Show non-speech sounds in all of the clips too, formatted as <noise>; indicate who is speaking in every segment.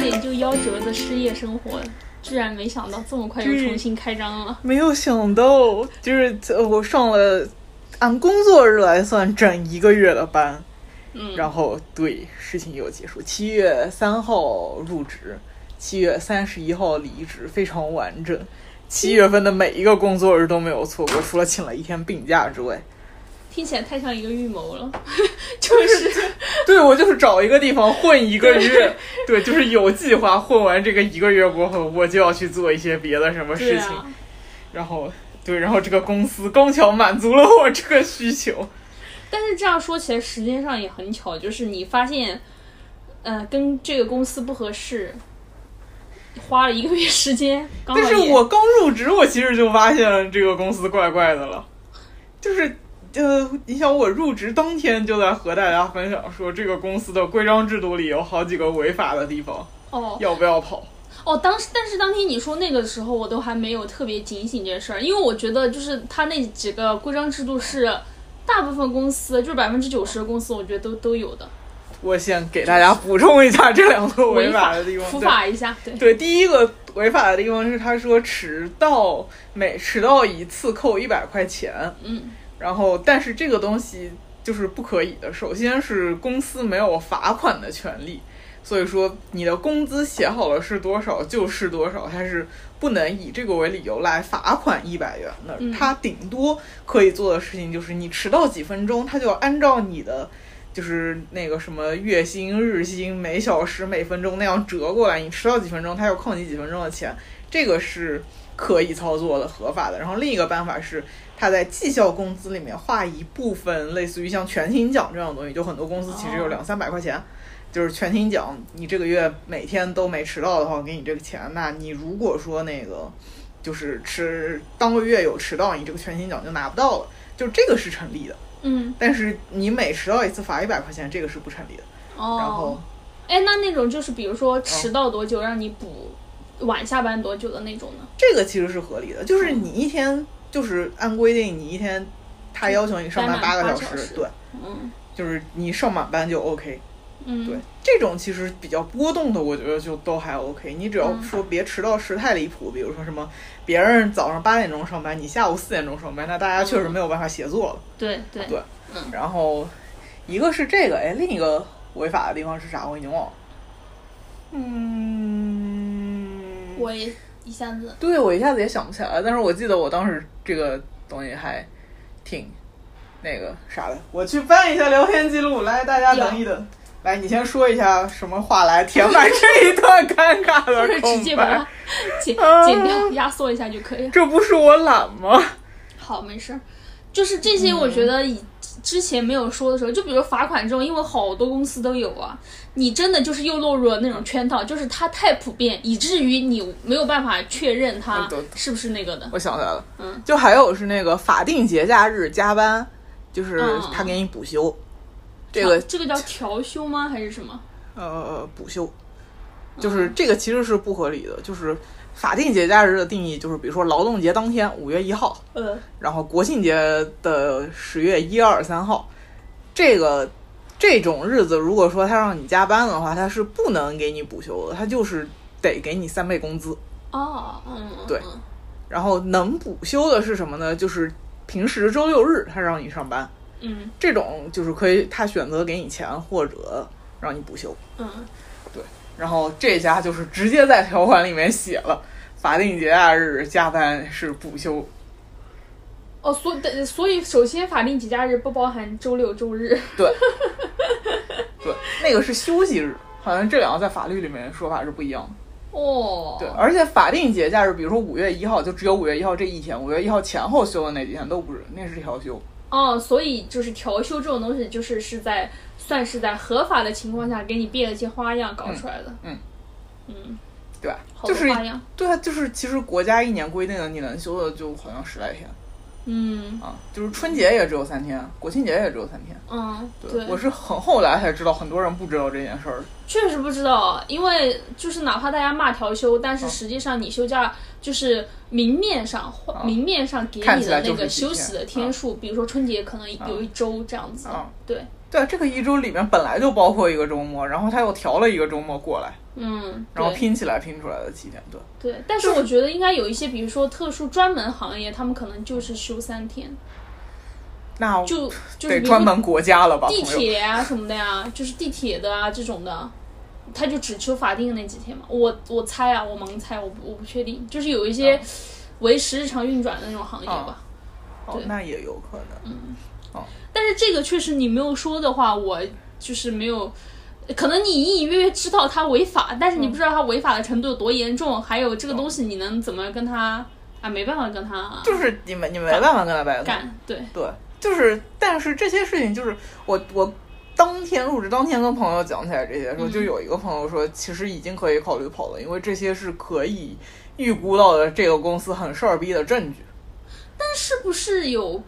Speaker 1: 点就夭折的失业生活，居然没想到这么快又重新开张了。
Speaker 2: 没有想到，就是呃我上了按工作日来算整一个月的班，
Speaker 1: 嗯，
Speaker 2: 然后对事情又结束。七月三号入职，七月三十一号离职，非常完整。七月份的每一个工作日都没有错过，除了请了一天病假之外。
Speaker 1: 听起来太像一个预谋了，就是
Speaker 2: 对我就是找一个地方混一个月，对，就是有计划混完这个一个月过后，我就要去做一些别的什么
Speaker 1: 对
Speaker 2: 事情。
Speaker 1: 啊，
Speaker 2: 然后对，然后这个公司刚巧满足了我这个需求。
Speaker 1: 哦但是这样说起来，时间上也很巧，就是你发现，呃，跟这个公司不合适，花了一个月时间，刚好
Speaker 2: 但是
Speaker 1: 也
Speaker 2: 我刚入职，我其实就发现了这个公司怪怪的了，就是。呃，你想我入职当天就在和大家分享说，这个公司的规章制度里有好几个违法的地方，
Speaker 1: 哦
Speaker 2: 要不要跑？
Speaker 1: 哦，当时但是当天你说那个时候，我都还没有特别警醒这事儿，因为我觉得就是他那几个规章制度是大部分公司，就是百分之九十的公司，我觉得都都有的，
Speaker 2: 我先给大家补充一下这两个违
Speaker 1: 违
Speaker 2: 法的地方。
Speaker 1: 伏
Speaker 2: 对
Speaker 1: 法一下，对，
Speaker 2: 对，第一个违法的地方是他说迟到每迟到一次扣一百块钱，
Speaker 1: 嗯，
Speaker 2: 然后但是这个东西就是不可以的。首先是公司没有罚款的权利，所以说你的工资写好了是多少就是多少，它是不能以这个为理由来罚款一百元的。
Speaker 1: 嗯
Speaker 2: 它顶多可以做的事情就是你迟到几分钟，它就按照你的。就是那个什么月薪、日薪、每小时、每分钟那样折过来，你迟到几分钟，他要扣你几分钟的钱，这个是可以操作的、合法的。然后另一个办法是，他在绩效工资里面划一部分，类似于像全勤奖这样的东西，就很多公司其实有
Speaker 1: 哦
Speaker 2: 两三百块钱。就是全勤奖，你这个月每天都没迟到的话，我给你这个钱。那你如果说那个就是迟当个月有迟到，你这个全勤奖就拿不到了，就是这个是成立的。
Speaker 1: 嗯，
Speaker 2: 但是你每迟到一次罚一百块钱，这个是不成立的。然后
Speaker 1: 哦，哎，那那种就是比如说迟到多久让你补晚下班多久的那种呢？
Speaker 2: 这个其实是合理的，就是你一天就是按规定你一天，他要求你上班
Speaker 1: 待
Speaker 2: 八
Speaker 1: 满
Speaker 2: 个
Speaker 1: 八
Speaker 2: 小
Speaker 1: 小时
Speaker 2: 对，
Speaker 1: 嗯
Speaker 2: 就是你上满班就 OK。
Speaker 1: 嗯，
Speaker 2: 对，这种其实比较波动的，我觉得就都还 OK。你只要
Speaker 1: 嗯
Speaker 2: 说别迟到迟太离谱，比如说什么别人早上八点钟上班，你下午四点钟上班，那大家确实没有办法协作了。
Speaker 1: 对对
Speaker 2: 对然后一个是这个，哎，另一个违法的地方是啥？我已经忘了。嗯，
Speaker 1: 我也一下子
Speaker 2: 对，我一下子也想不起来了，但是我记得我当时这个东西还挺那个啥的。我去翻一下聊天记录，来，大家等一等。来，你先说一下什么话来填满这一段尴尬
Speaker 1: 或者
Speaker 2: 的
Speaker 1: 直接把
Speaker 2: 空白
Speaker 1: 它？剪
Speaker 2: 啊
Speaker 1: 剪掉，压缩一下就可以了。
Speaker 2: 这不是我懒吗？
Speaker 1: 好，没事儿，就是这些，我觉得
Speaker 2: 嗯
Speaker 1: 以之前没有说的时候，就比如罚款这种，因为好多公司都有啊，你真的就是又落入了那种圈套，就是它太普遍，以至于你没有办法确认它
Speaker 2: 嗯对对
Speaker 1: 是不是那个的。
Speaker 2: 我想起来了，
Speaker 1: 嗯，
Speaker 2: 就还有是那个法定节假日加班，就是
Speaker 1: 嗯
Speaker 2: 他给你补休，这个
Speaker 1: 啊这个叫调休吗？还是什么？
Speaker 2: 呃补休，就是这个其实是不合理的，就是法定节假日的定义就是，比如说劳动节当天五月一号，
Speaker 1: 呃，
Speaker 2: 然后国庆节的十月一二三号，这个这种日子，如果说他让你加班的话，他是不能给你补休的，他就是得给你三倍工资。
Speaker 1: 哦，嗯，嗯
Speaker 2: 对
Speaker 1: 嗯
Speaker 2: 然后能补休的是什么呢？就是平时周六日他让你上班，
Speaker 1: 嗯
Speaker 2: 这种就是可以他选择给你钱或者让你补休。
Speaker 1: 嗯，
Speaker 2: 然后这家就是直接在条款里面写了，法定节假日加班是补休。
Speaker 1: 哦，所对，所以首先法定节假日不包含周六周日。 <laughs>
Speaker 2: 对，对，那个是休息日，好像这两个在法律里面说法是不一样的。
Speaker 1: 哦，
Speaker 2: 对，而且法定节假日，比如说五月一号，就只有五月一号这一天，五月一号前后休的那几天都不是，那是调休。
Speaker 1: 哦，所以就是调休这种东西，就是是在算是在合法的情况下给你变了一些花样搞出来的。
Speaker 2: 嗯
Speaker 1: 嗯
Speaker 2: 对吧？
Speaker 1: 好
Speaker 2: 就
Speaker 1: 多
Speaker 2: 是
Speaker 1: 花样。
Speaker 2: 对啊，就是其实国家一年规定的你能休的就好像十来天
Speaker 1: 嗯
Speaker 2: 啊，就是春节也只有三天，国庆节也只有三天。
Speaker 1: 嗯，
Speaker 2: 对，
Speaker 1: 对，
Speaker 2: 我是很后来才知道，很多人不知道这件事儿。
Speaker 1: 确实不知道，因为就是哪怕大家骂调休，但
Speaker 2: 嗯
Speaker 1: 是实际上你休假就是明面上、明面上给
Speaker 2: 嗯看
Speaker 1: 你
Speaker 2: 起
Speaker 1: 的
Speaker 2: 来
Speaker 1: 那
Speaker 2: 就是
Speaker 1: 个
Speaker 2: 几天嗯
Speaker 1: 休息的天数，比如说春节可能有一周这样子。
Speaker 2: 啊
Speaker 1: 对，
Speaker 2: 对啊，这个一周里面本来就包括一个周末，然后他又调了一个周末过来，
Speaker 1: 嗯，
Speaker 2: 然后
Speaker 1: 对
Speaker 2: 拼起来拼出来的几点，对，
Speaker 1: 对，但是我觉得应该有一些，比如说特殊专门行业，他们可能就是休三天，
Speaker 2: 那
Speaker 1: 就就
Speaker 2: 得
Speaker 1: 是比如
Speaker 2: 哦
Speaker 1: 说
Speaker 2: 专门国家了吧，
Speaker 1: 地
Speaker 2: 朋友。
Speaker 1: 铁啊什么的呀，就是地铁的啊这种的，他就只休法定的那几天嘛。我我猜啊，我盲猜，我不我不确定，就是有一些维持日常运转的那种行业吧。
Speaker 2: 哦
Speaker 1: 对，嗯
Speaker 2: 那也有可能。
Speaker 1: 但是这个确实你没有说的话，我就是没有。可能你隐隐约约知道它违法，但是你不知道它违法的程度有多严重，还有这个东西你能怎么跟他啊？没办法跟他
Speaker 2: 哦就是你们，你没办法跟他掰扯。
Speaker 1: 干，对，
Speaker 2: 对，就是，但是这些事情就是我我当天入职当天跟朋友讲起来这些时
Speaker 1: 嗯
Speaker 2: 候，就有一个朋友说，其实已经可以考虑跑了，因为这些是可以预估到的这个公司很事儿逼的证据。
Speaker 1: 是不是有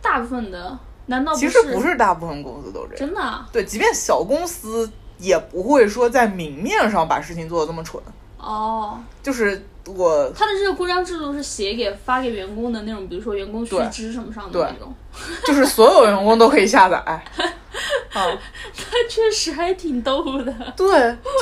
Speaker 1: 大部分的？难道
Speaker 2: 其实不是大部分公司都这样，
Speaker 1: 真的啊？
Speaker 2: 对，即便小公司也不会说在明面上把事情做得这么蠢。
Speaker 1: 哦，
Speaker 2: 就是我
Speaker 1: 他的这个规章制度是写给发给员工的那种，比如说员工须知什么上的那种，
Speaker 2: 就是所有员工都可以下载，啊，
Speaker 1: 他确实还挺逗的。
Speaker 2: 对，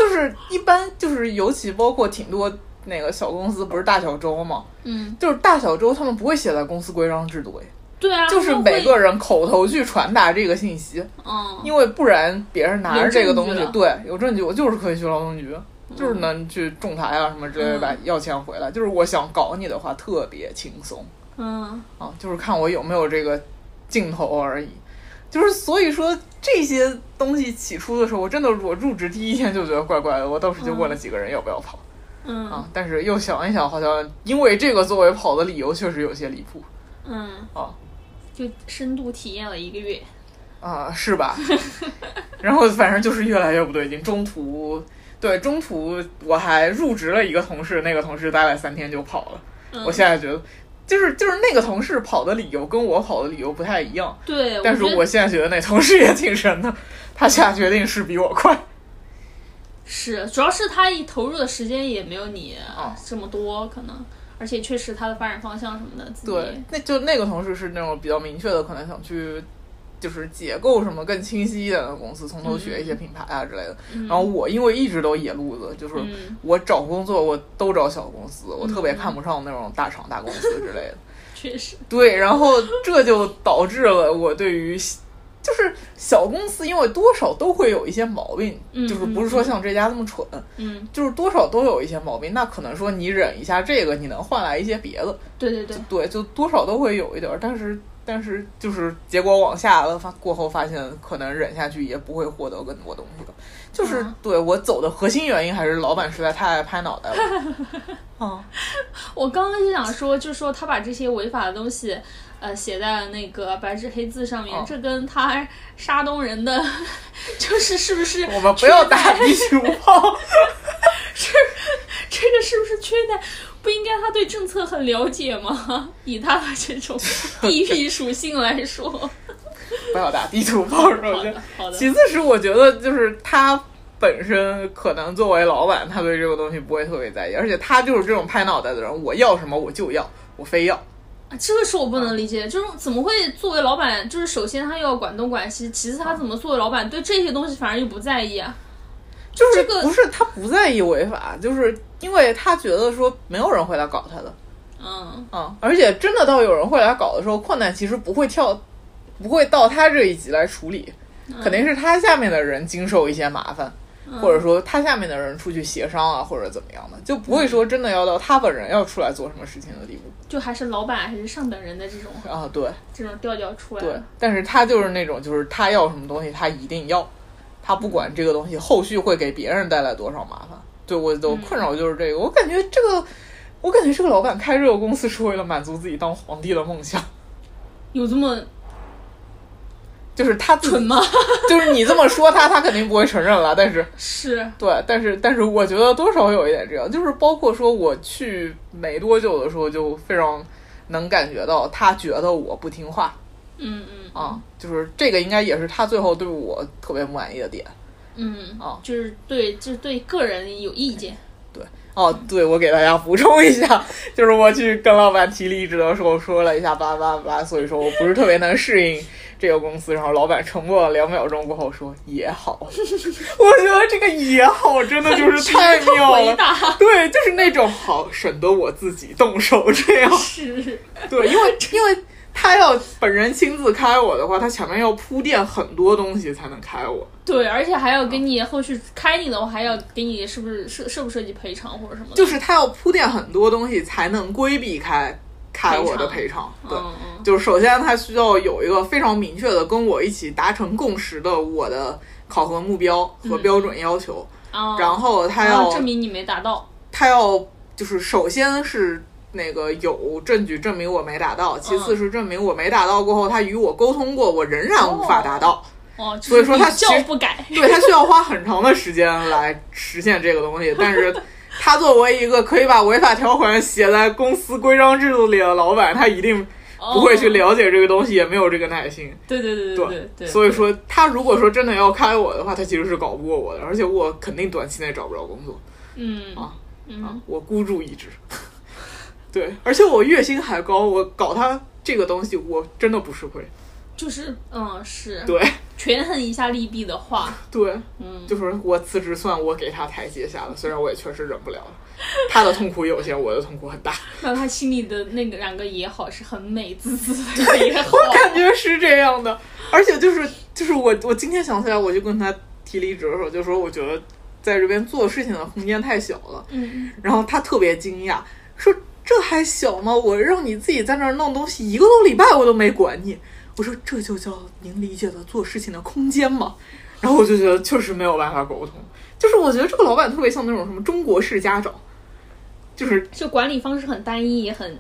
Speaker 2: 就是一般就是尤其包括挺多那个小公司不是大小周嘛，
Speaker 1: 嗯，
Speaker 2: 就是大小周他们不会写在公司规章制度里，
Speaker 1: 对啊，
Speaker 2: 就是
Speaker 1: 他会
Speaker 2: 每个人口头去传达这个信息，
Speaker 1: 嗯，
Speaker 2: 因为不然别人拿着这个东
Speaker 1: 有
Speaker 2: 西
Speaker 1: 证据，嗯
Speaker 2: 对，有证据，我就是可以去劳动局。就是能去仲裁啊什么之类的，把要钱回来。就是我想搞你的话，特别轻松。
Speaker 1: 嗯，
Speaker 2: 啊，就是看我有没有这个镜头而已。就是所以说这些东西起初的时候，我真的我入职第一天就觉得怪怪的，我当时就问了几个人要不要跑、
Speaker 1: 嗯，
Speaker 2: 啊，但是又想一想，好像因为这个作为跑的理由确实有些离谱
Speaker 1: 嗯，
Speaker 2: 啊
Speaker 1: 就深度体验了一个月。
Speaker 2: 啊，是吧？ <laughs> 然后反正就是越来越不对劲，中途。对，中途我还入职了一个同事，那个同事待了三天就跑了。
Speaker 1: 嗯、
Speaker 2: 我现在觉得，就是就是那个同事跑的理由跟我跑的理由不太一样，
Speaker 1: 对，
Speaker 2: 但是
Speaker 1: 觉得
Speaker 2: 我现在觉得那同事也挺神的，他下决定是比我快。
Speaker 1: 是主要是他一投入的时间也没有你
Speaker 2: 哦
Speaker 1: 这么多，可能，而且确实他的发展方向什么的，自己
Speaker 2: 对，那就那个同事是那种比较明确的，可能想去就是结构什么更清晰一点的公司，从
Speaker 1: 嗯
Speaker 2: 头学一些品牌啊之类的。然后我因为一直都野路子，就是
Speaker 1: 嗯
Speaker 2: 我找工作我都找小公司，我特别看不上那种大厂大公司之类的。 <laughs>
Speaker 1: 确实，
Speaker 2: 对，然后这就导致了我对于就是小公司，因为多少都会有一些毛病，
Speaker 1: 嗯
Speaker 2: 就是
Speaker 1: 嗯
Speaker 2: 不是说像这家这么蠢。
Speaker 1: 嗯，
Speaker 2: 就是多少都有一些毛病，那可能说你忍一下这个，你能换来一些别的，
Speaker 1: 对对对，
Speaker 2: 对，就多少都会有一点儿，但是但是就是结果往下了发过后发现，可能忍下去也不会获得更多东西的，就是、
Speaker 1: 嗯
Speaker 2: 对我走的核心原因还是老板实在太爱拍脑
Speaker 1: <laughs>
Speaker 2: 袋了，啊，
Speaker 1: 我刚刚就想说，就说他把这些违法的东西，呃，写在了那个白纸黑字上面，
Speaker 2: 哦
Speaker 1: 这跟他山东人的， <laughs> 就是是不是
Speaker 2: 我们不要打地球炮，
Speaker 1: 这个是不是缺在不应该他对政策很了解吗？以他的这
Speaker 2: <laughs>
Speaker 1: 种地域属性来说，
Speaker 2: 不要打地球炮，是吧我
Speaker 1: 好
Speaker 2: 觉
Speaker 1: 的
Speaker 2: 得。
Speaker 1: 好的，
Speaker 2: 其次是我觉得就是他本身可能作为老板，他对这个东西不会特别在意，而且他就是这种拍脑袋的人，我要什么我就要，我非要。
Speaker 1: 这个是我不能
Speaker 2: 嗯
Speaker 1: 理解，就是怎么会作为老板，就是首先他又要管东管西，其次
Speaker 2: 嗯
Speaker 1: 他怎么作为老板对这些东西反而又不在意啊？
Speaker 2: 就是
Speaker 1: 这个
Speaker 2: 不是他不在意违法，就是因为他觉得说没有人会来搞他的，
Speaker 1: 嗯
Speaker 2: 嗯，而且真的到有人会来搞的时候，困难其实不会跳，不会到他这一级来处理，
Speaker 1: 嗯
Speaker 2: 肯定是他下面的人经受一些麻烦，或者说他下面的人出去协商啊，或者怎么样的，就
Speaker 1: 嗯
Speaker 2: 不会说真的要到他本人要出来做什么事情的地步
Speaker 1: 就还是老板还是上等人的这种
Speaker 2: 啊。对
Speaker 1: 这种调调出来
Speaker 2: 对
Speaker 1: 了，，
Speaker 2: 但是他就是那种，就是他要什么东西，他一定要，他不管这个东西后续会给别人带来多少麻烦。对我的困扰就是这个，我感觉这个，我感觉这个老板开这个公司是为了满足自己当皇帝的梦想， <laughs>
Speaker 1: 有这么
Speaker 2: 就是他自己
Speaker 1: 蠢吗？
Speaker 2: 就是你这么说他，他肯定不会承认了。但是，
Speaker 1: 是，
Speaker 2: 对，但是，但是，我觉得多少有一点这样，就是包括说我去没多久的时候，就非常能感觉到他觉得我不听话
Speaker 1: 嗯嗯
Speaker 2: 啊，就是这个应该也是他最后对我特别不满意的点。
Speaker 1: 嗯，
Speaker 2: 哦
Speaker 1: 就是对，就是对个人有意见，
Speaker 2: 哦，对，我给大家补充一下，就是我去跟老板提离职的时候说了一下八八八，所以说我不是特别能适应这个公司。然后老板沉默了两秒钟过后说也好， <laughs> 我觉得这个也好真的就是太妙
Speaker 1: 回
Speaker 2: 了，
Speaker 1: 答
Speaker 2: 对，就是那种好省得我自己动手这样。
Speaker 1: <laughs> 是
Speaker 2: 对，因 <laughs> 为因为他要本人亲自开我的话，他前面要铺垫很多东西才能开我。
Speaker 1: 对，而且还要给你后续开你的话，还要给你是不是涉涉不涉及赔偿或者什么的，
Speaker 2: 就是他要铺垫很多东西才能规避开开我的赔偿。对，
Speaker 1: 嗯嗯，
Speaker 2: 就是首先他需要有一个非常明确的跟我一起达成共识的我的考核目标和标准要求，
Speaker 1: 啊，
Speaker 2: 然后他
Speaker 1: 然
Speaker 2: 要
Speaker 1: 后证明你没达到，
Speaker 2: 他要就是首先是。那个有证据证明我没达
Speaker 1: 嗯
Speaker 2: 到，其次是证明我没达到过后，他与我沟通过，我仍然无法达到，
Speaker 1: 哦，就是
Speaker 2: 所以说他
Speaker 1: 屡教
Speaker 2: 其实
Speaker 1: 不改，
Speaker 2: <laughs> 对他需要花很长的时间来实现这个东西，但是他作为一个可以把违法条款写在公司规章制度里的老板，他一定不会去
Speaker 1: 聊。
Speaker 2: 了解这个东西，也没有这个耐心。
Speaker 1: 哦对对对对对，
Speaker 2: 所以说，他如果说真的要开我的话，他其实是搞不过我的，而且我肯定短期内找不着工作
Speaker 1: 嗯
Speaker 2: 啊啊
Speaker 1: 嗯，！
Speaker 2: 我孤注一掷。 <laughs> 对，而且我月薪还高，我搞他这个东西，我真的不吃亏。
Speaker 1: 就是嗯是，
Speaker 2: 对
Speaker 1: 权衡一下利弊的话，
Speaker 2: 对，
Speaker 1: 嗯，
Speaker 2: <laughs> 就是我辞职算我给他台阶下了，虽然我也确实忍不了了，他的痛苦有限，我的痛苦很大， <laughs>
Speaker 1: 那他心里的那个两个也好是很美滋滋的也好，
Speaker 2: 感觉是这样的。而且就是就是我我今天想起来，我就跟他提离职的时候，就说我觉得在这边做事情的空间太小了，
Speaker 1: 嗯，
Speaker 2: 然后他特别惊讶，说这还小吗？我让你自己在那儿弄东西一个多礼拜，我都没管你。我说这就叫您理解的做事情的空间吗？然后我就觉得确实没有办法沟通，就是我觉得这个老板特别像那种什么中国式家长，就是
Speaker 1: 就管理方式很单一，也很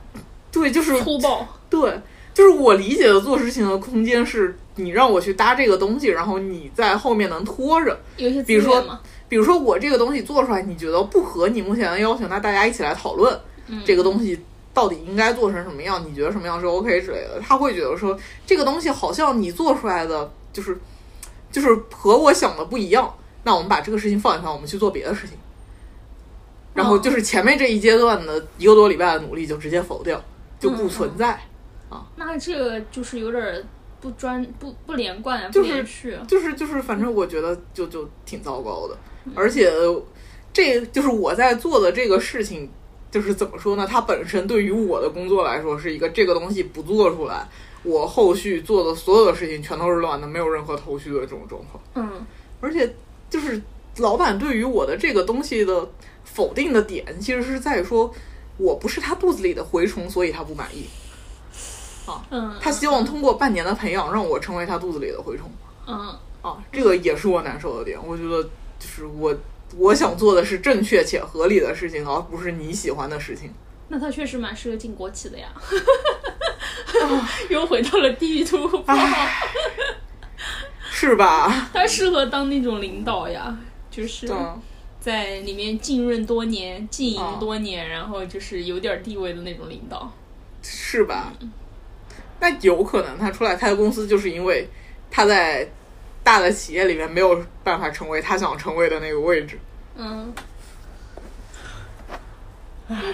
Speaker 2: 对，就是
Speaker 1: 粗暴，
Speaker 2: 对，就是我理解的做事情的空间是你让我去搭这个东西，然后你在后面能拖着。
Speaker 1: 有一些
Speaker 2: 比如
Speaker 1: 资
Speaker 2: 说
Speaker 1: 源嘛，
Speaker 2: 比如说我这个东西做出来，你觉得不合你目前的要求，那大家一起来讨论这个东西到底应该做成什么样，你觉得什么样是 OK 之类的。他会觉得说这个东西好像你做出来的就是就是和我想的不一样，那我们把这个事情放一放，我们去做别的事情。然后就是前面这一阶段的一个多礼拜的努力就直接否掉，就不存在。
Speaker 1: 那这就是有点儿不专不不连贯，
Speaker 2: 就
Speaker 1: 不
Speaker 2: 是
Speaker 1: 连续，
Speaker 2: 就是就是，反正我觉得就就挺糟糕的，
Speaker 1: 嗯
Speaker 2: 而且这就是我在做的这个事情，就是怎么说呢？它本身对于我的工作来说是一个这个东西不做出来，我后续做的所有的事情全都是乱的，没有任何头绪的这种状况。
Speaker 1: 嗯
Speaker 2: 而且就是老板对于我的这个东西的否定的点，其实是在于说我不是他肚子里的蛔虫，所以他不满意。
Speaker 1: 嗯，
Speaker 2: 他希望通过半年的培养，让我成为他肚子里的蛔虫。
Speaker 1: 嗯
Speaker 2: 啊，这个也是我难受的点。我觉得就是我我想做的是正确且合理的事情，而不是你喜欢的事情。
Speaker 1: 那他确实蛮适合进国企的呀， <laughs> 又回到了地狱突破，
Speaker 2: 唉，是吧？
Speaker 1: 他适合当那种领导呀，就是
Speaker 2: 嗯，
Speaker 1: 在里面浸润多年、经营多年，然后就是有点地位的那种领导。
Speaker 2: <laughs> 是吧？那有可能他出来开公司，就是因为他在大的企业里面没有办法成为他想成为的那个位置。
Speaker 1: 嗯，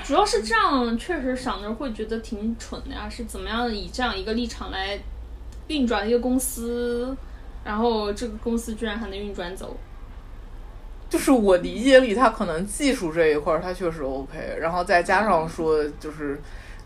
Speaker 1: 主要是这样，确实想着会觉得挺蠢的呀，是怎么样以这样一个立场来运转一个公司，然后这个公司居然还能运转走。
Speaker 2: 就是我理解里，他可能技术这一块儿他确实 OK，然后再加上说就是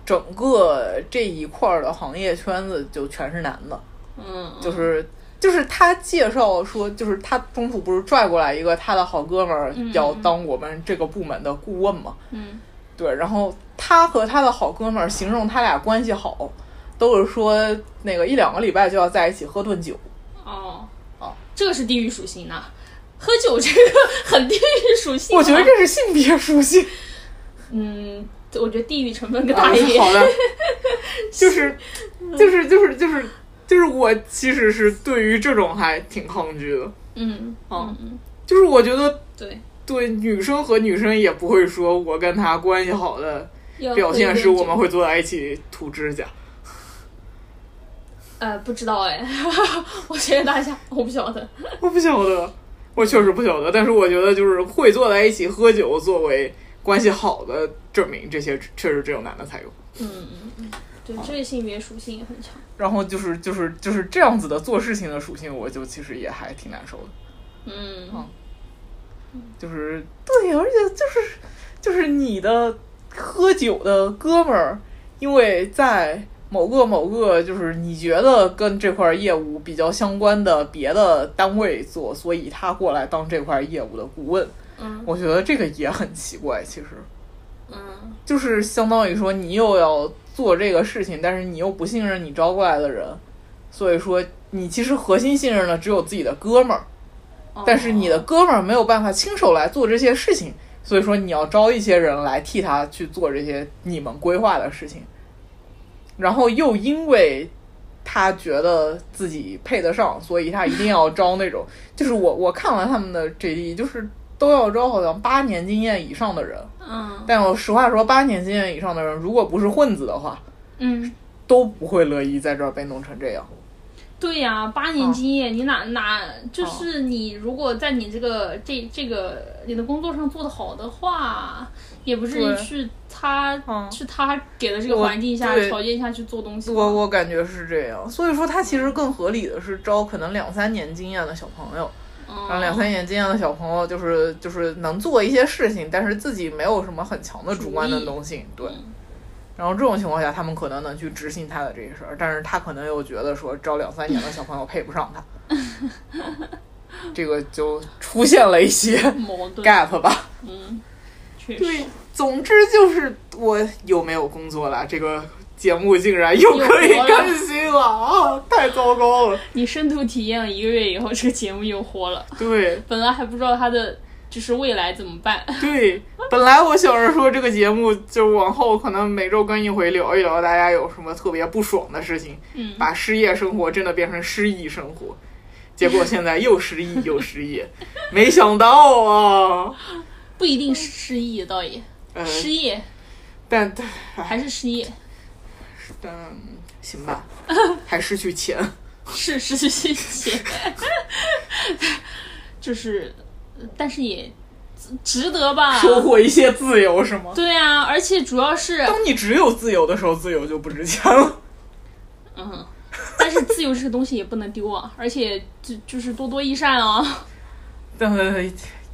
Speaker 2: 整个这一块儿的行业圈子就全是男的，
Speaker 1: 嗯，
Speaker 2: 就是就是他介绍说，就是他中途不是拽过来一个他的好哥们儿
Speaker 1: 嗯
Speaker 2: 要当我们这个部门的顾问嘛？
Speaker 1: 嗯
Speaker 2: 对，然后他和他的好哥们儿形容他俩关系好，都是说那个一两个礼拜就要在一起喝顿酒。
Speaker 1: 哦
Speaker 2: 哦，
Speaker 1: 这个是地狱属性呐、喝酒这个很地狱属性、啊
Speaker 2: 我觉得，这是性别属
Speaker 1: <laughs>
Speaker 2: 性。啊
Speaker 1: 嗯，我觉得地域成分更大一
Speaker 2: <laughs>
Speaker 1: 点。<laughs>
Speaker 2: 好的，就是就是就是就是就是我其实是对于这种还挺抗拒的，
Speaker 1: 嗯，
Speaker 2: 哦
Speaker 1: 嗯嗯，
Speaker 2: 就是我觉得
Speaker 1: 对，
Speaker 2: 对女生和女生也不会说我跟他关系好的。
Speaker 1: 要
Speaker 2: 表现
Speaker 1: 喝一
Speaker 2: 是
Speaker 1: 点
Speaker 2: 我
Speaker 1: 酒
Speaker 2: 们会坐在一起涂指甲。
Speaker 1: 呃，不知道哎， <laughs> 我谢谢大家，我不晓得。
Speaker 2: 我不晓得，我确实不晓得，但是我觉得就是会坐在一起喝酒作为关系好的证明，这些确实只有男的才有。
Speaker 1: 嗯，嗯，对，这个性别属性也很强。
Speaker 2: 然后就是就是就是这样子的做事情的属性，我就其实也还挺难受的。
Speaker 1: 嗯
Speaker 2: 好就是对，而且就是就是你的喝酒的哥们儿，因为在某个某个就是你觉得跟这块业务比较相关的别的单位做，所以他过来当这块业务的顾问。
Speaker 1: 嗯
Speaker 2: 我觉得这个也很奇怪，其实
Speaker 1: 嗯
Speaker 2: 就是相当于说你又要做这个事情，但是你又不信任你招过来的人，所以说你其实核心信任的只有自己的哥们儿。
Speaker 1: 哦
Speaker 2: 但是你的哥们儿没有办法亲手来做这些事情，所以说你要招一些人来替他去做这些你们规划的事情。然后又因为他觉得自己配得上，所以他一定要招那种，就是我我看完他们的 JD，就是都要招好像八年经验以上的人。
Speaker 1: 嗯
Speaker 2: 但我实话说，八年经验以上的人，如果不是混子的话，
Speaker 1: 嗯，
Speaker 2: 都不会乐意在这儿被弄成这样。
Speaker 1: 对呀、八
Speaker 2: 哦
Speaker 1: 年经验，你哪哪就是你如果在你这个这这个你的工作上做得好的话，也不至于
Speaker 2: 对
Speaker 1: 去他
Speaker 2: 嗯
Speaker 1: 去他给的这个
Speaker 2: 我
Speaker 1: 环境下
Speaker 2: 对
Speaker 1: 条件下去做东西吧。
Speaker 2: 我我感觉是这样，所以说他其实更合理的是招可能两三年经验的小朋友，然后两
Speaker 1: 嗯，
Speaker 2: 三年经验的小朋友就是就是能做一些事情，但是自己没有什么很强的主观能动性，对。然后这种情况下，他们可能能去执行他的这些事儿，但是他可能又觉得说招两三年的小朋友配不上他，这个就出现了一些
Speaker 1: 矛盾，
Speaker 2: gap 吧。
Speaker 1: 嗯，确实
Speaker 2: 对，总之就是我有没有工作了，这个节目竟然又
Speaker 1: 又
Speaker 2: 可以
Speaker 1: 活了
Speaker 2: 更新了啊！太糟糕了。
Speaker 1: 你深度体验了一个月以后，这个节目又火了。
Speaker 2: <laughs> 对
Speaker 1: 本来还不知道它的就是未来怎么办， <laughs>
Speaker 2: 对，本来我想着说这个节目就往后可能每周更一回，聊一聊大家有什么特别不爽的事情，
Speaker 1: 嗯，
Speaker 2: 把失业生活真的变成失忆生活。结果现在又失忆 <laughs> 又失业，没想到啊，
Speaker 1: 不一定是失忆，倒也
Speaker 2: 呃，
Speaker 1: 失业
Speaker 2: 但但
Speaker 1: 还是失业，
Speaker 2: 但行吧，还失去钱。
Speaker 1: 是失去信心， <laughs> 就是，但是也值得吧？
Speaker 2: 收获一些自由是吗？
Speaker 1: 对啊，而且主要是，
Speaker 2: 当你只有自由的时候，自由就不值钱了。
Speaker 1: 嗯，但是自由这个东西也不能丢啊，而且就就是多多益善啊，
Speaker 2: 但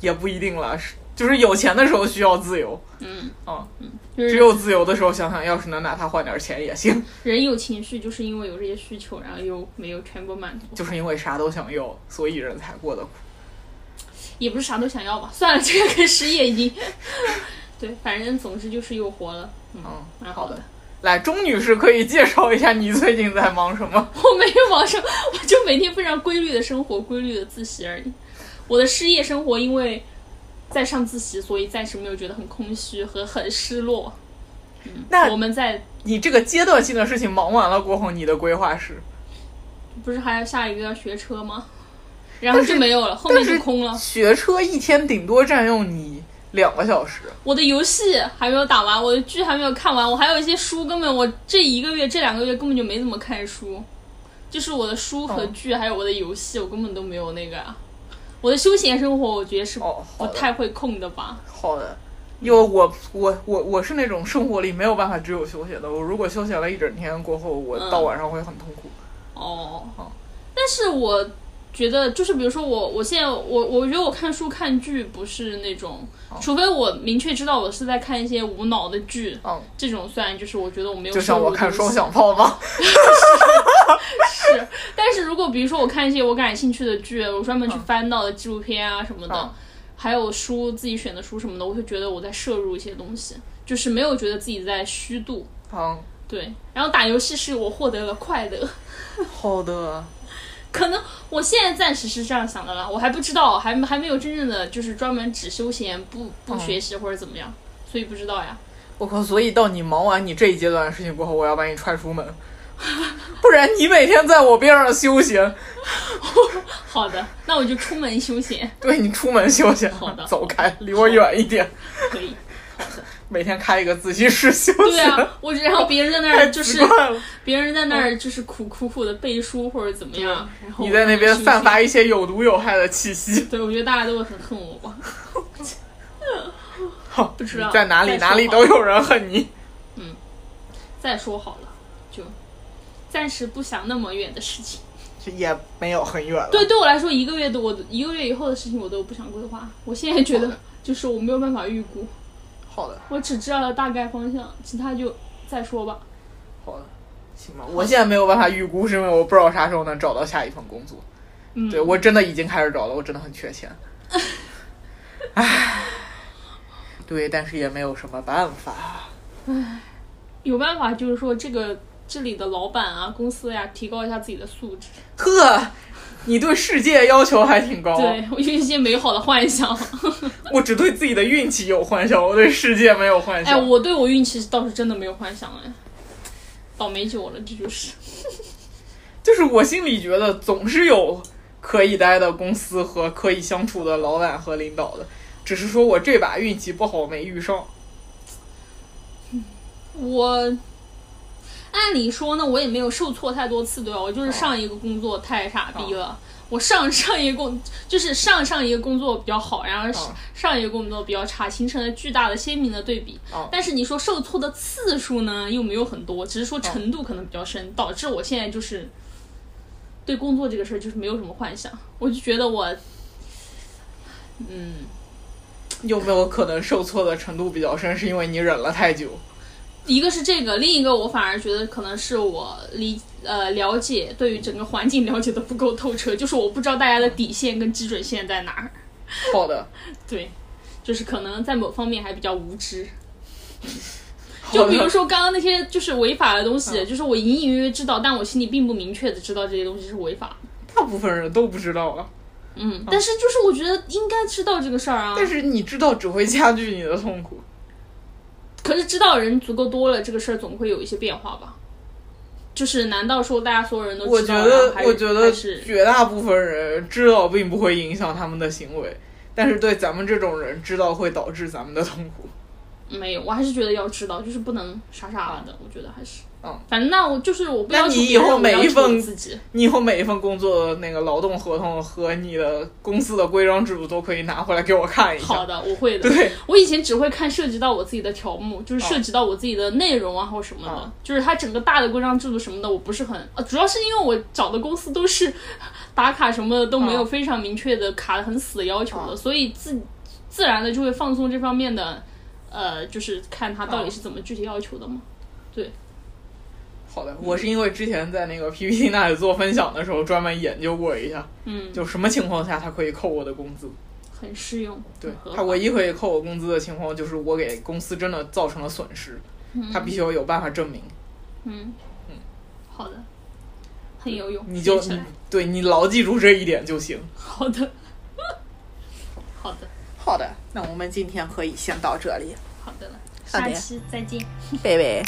Speaker 2: 也不一定了，是就是有钱的时候需要自由，
Speaker 1: 嗯
Speaker 2: 哦
Speaker 1: 嗯，就
Speaker 2: 只
Speaker 1: 是
Speaker 2: 有自由的时候想想，要是能拿它换点钱也行。
Speaker 1: 人有情绪，就是因为有这些需求，然后又没有全部满足，
Speaker 2: 就是因为啥都想要，所以人才过得苦。
Speaker 1: 也不是啥都想要吧。算了，这个跟失业已经，对，反正总之就是又活了，嗯，
Speaker 2: 嗯，
Speaker 1: 蛮
Speaker 2: 好
Speaker 1: 的
Speaker 2: 的。。来，钟女士可以介绍一下你最近在忙什么？
Speaker 1: <laughs> 我没有忙什么，我就每天非常规律的生活，规律的自习而已。我的失业生活因为在上自习，所以暂时没有觉得很空虚和很失落。嗯
Speaker 2: 那
Speaker 1: 我们在
Speaker 2: 你这个阶段性的事情忙完了过后，你的规划是？
Speaker 1: 不是还要下一个要学车吗？然后就没有了，后面就空了。
Speaker 2: 学车一天顶多占用你两个小时，
Speaker 1: 我的游戏还没有打完，我的剧还没有看完，我还有一些书，根本我这一个月、这两个月根本就没怎么看书，就是我的书和
Speaker 2: 哦
Speaker 1: 剧，还有我的游戏，我根本都没有那个啊。我的休闲生活，我觉得是
Speaker 2: 哦好
Speaker 1: 不
Speaker 2: 的
Speaker 1: 太会空的吧。
Speaker 2: 好的，因为我我我我是那种生活里没有办法只有休息的。我如果休息了一整天过后，我
Speaker 1: 嗯
Speaker 2: 到晚上会很痛苦。
Speaker 1: 哦
Speaker 2: 哦，
Speaker 1: 但是我觉得就是比如说我我现在我我觉得我看书看剧不是那种，
Speaker 2: 哦
Speaker 1: 除非我明确知道我是在看一些无脑的剧，
Speaker 2: 嗯，
Speaker 1: 这种算就是我觉得我没有
Speaker 2: 就像我看
Speaker 1: 摄入
Speaker 2: 双
Speaker 1: 东西
Speaker 2: 响炮吧。
Speaker 1: 是，但是如果比如说我看一些我感兴趣的剧，我专门去翻到的纪录片啊什么的，
Speaker 2: 嗯
Speaker 1: 还有书自己选的书什么的，我会觉得我在摄入一些东西，就是没有觉得自己在虚度。
Speaker 2: 嗯，
Speaker 1: 对，然后打游戏是我获得了快乐。 <laughs>
Speaker 2: 好的，
Speaker 1: 可能我现在暂时是这样想的啦，我还不知道，还还没有真正的就是专门只休闲不
Speaker 2: 嗯
Speaker 1: 不学习或者怎么样，所以不知道呀。
Speaker 2: 我靠！所以到你忙完你这一阶段的事情过后，我要把你踹
Speaker 1: <laughs>
Speaker 2: 出门，不然你每天在我边上休闲，
Speaker 1: 好的，那我就出门休闲，
Speaker 2: 对你出门休闲
Speaker 1: 好的，
Speaker 2: 走开，离我远一点。
Speaker 1: 可
Speaker 2: <laughs>
Speaker 1: 以。
Speaker 2: 每天开一个自习室休
Speaker 1: 对
Speaker 2: 闲，
Speaker 1: 啊，我然后别人在那
Speaker 2: 太
Speaker 1: 儿就
Speaker 2: 奇
Speaker 1: 是
Speaker 2: 怪了。
Speaker 1: 别人在那儿就是苦苦苦的背书或者怎么样，然后
Speaker 2: 哦你在那边
Speaker 1: 我就
Speaker 2: 散发一些有毒有害的气息。
Speaker 1: 对，我觉得大家都会很恨我吧。
Speaker 2: 好，
Speaker 1: 不知道
Speaker 2: 你在哪里
Speaker 1: 再说
Speaker 2: 哪里
Speaker 1: 好
Speaker 2: 都有人恨你。
Speaker 1: 再说好了，就暂时不想那么远的事情。
Speaker 2: 也没有很远了。
Speaker 1: 对，对我来说，一个月的我一个月以后的事情我都不想规划。我现在觉
Speaker 2: 好
Speaker 1: 得
Speaker 2: 的
Speaker 1: 就是我没有办法预估，
Speaker 2: 好的，
Speaker 1: 我只知道了大概方向，其他就再说吧。
Speaker 2: 好的，行吧。我现在没有办法预估，是因为我不知道啥时候能找到下一份工作。
Speaker 1: 嗯
Speaker 2: 对我真的已经开始找了，我真的很
Speaker 1: <laughs>
Speaker 2: 缺钱。唉，对，但是也没有什么办法。
Speaker 1: 有办法就是说这个这里的老板啊、公司呀、提高一下自己的素质。
Speaker 2: 呵，你对世界要求还挺高。啊
Speaker 1: 对我有一些美好的幻想。
Speaker 2: 我只对自己的运气有幻想，我对世界没有幻想。
Speaker 1: 哎，我对我运气倒是真的没有幻想哎，倒霉久了，这就是。
Speaker 2: 就是我心里觉得总是有可以待的公司和可以相处的老板和领导的，只是说我这把运气不好没遇上。
Speaker 1: 我按理说呢，我也没有受挫太多次，对吧？我
Speaker 2: 哦
Speaker 1: 就是上一个工作太傻逼了。我上 <laughs> 上一个工就是上上一个工作比较好，然后上
Speaker 2: 哦
Speaker 1: 上一个工作比较差，形成了巨大的鲜明的对比。
Speaker 2: 哦
Speaker 1: 但是你说受挫的次数呢，又没有很多，只是说
Speaker 2: 哦
Speaker 1: 程度可能比较深，导致我现在就是对工作这个事儿就是没有什么幻想。我就觉得我，嗯，
Speaker 2: 有没有可能受挫的程度比较深，是 <laughs> 因为你忍了太久？
Speaker 1: 一个是这个，另一个我反而觉得可能是我理呃了解对于整个环境了解的不够透彻，就是我不知道大家的底线跟基准线在哪儿。
Speaker 2: 好的，
Speaker 1: 对，就是可能在某方面还比较无知。
Speaker 2: 好
Speaker 1: 就
Speaker 2: 的
Speaker 1: 比如说刚刚那些就是违法的东
Speaker 2: 嗯
Speaker 1: 西，就是我隐隐约约知道，但我心里并不明确的知道这些东西是违法。
Speaker 2: 大部分人都不知道啊，
Speaker 1: 嗯，但是就是我觉得应该知道这个事儿啊。
Speaker 2: 但是你知道只会加剧你的痛苦。
Speaker 1: 可是知道的人足够多了，这个事儿总会有一些变化吧？就是难道说大家所有人都
Speaker 2: 我
Speaker 1: 知
Speaker 2: 觉
Speaker 1: 道，然
Speaker 2: 得
Speaker 1: 后还，
Speaker 2: 我觉
Speaker 1: 还
Speaker 2: 得
Speaker 1: 是
Speaker 2: 绝大部分人知道并不会影响他们的行为，但是对咱们这种人，知道会导致咱们的痛苦。
Speaker 1: 没有，我还是觉得要知道，就是不能傻傻的。我觉得还是，
Speaker 2: 嗯，
Speaker 1: 反正那我就是我不
Speaker 2: 那
Speaker 1: 要求
Speaker 2: 你以
Speaker 1: 别人
Speaker 2: 后
Speaker 1: 我
Speaker 2: 每
Speaker 1: 要
Speaker 2: 一
Speaker 1: 求我
Speaker 2: 份
Speaker 1: 自己，
Speaker 2: 你以后每一份工作的那个劳动合同和你的公司的规章制度都可以拿回来给我看一下。
Speaker 1: 好的，我会的。
Speaker 2: 对，
Speaker 1: 我以前只会看涉及到我自己的条目，就是涉
Speaker 2: 嗯
Speaker 1: 及到我自己的内容啊或什么的，
Speaker 2: 嗯
Speaker 1: 就是它整个大的规章制度什么的，我不是很，呃主要是因为我找的公司都是打卡什么的都没有
Speaker 2: 嗯
Speaker 1: 非常明确的卡的很死的要求的，
Speaker 2: 嗯
Speaker 1: 所以自自然的就会放松这方面的，呃，就是看它到
Speaker 2: 嗯
Speaker 1: 底是怎么具体要求的嘛。
Speaker 2: 好的，我是因为之前在那个 PPT 那里做分享的时候，专门研究过一下，
Speaker 1: 嗯，
Speaker 2: 就什么情况下他可以扣我的工资。
Speaker 1: 很适用，
Speaker 2: 对
Speaker 1: 嗯很合
Speaker 2: 他
Speaker 1: 法
Speaker 2: 唯一可以扣我工资的情况，就是我给公司真的造成了损失，他必须要有办法证明。
Speaker 1: 嗯，好的，很有用，
Speaker 2: 你就
Speaker 1: 学起
Speaker 2: 你
Speaker 1: 来
Speaker 2: 对你牢记住这一点就行。
Speaker 1: 好的， <laughs> 好的，
Speaker 3: 好的，那我们今天可以先到这里，
Speaker 1: 好的了，
Speaker 3: 好
Speaker 1: 下
Speaker 3: 的
Speaker 1: 期再见。
Speaker 3: 拜拜。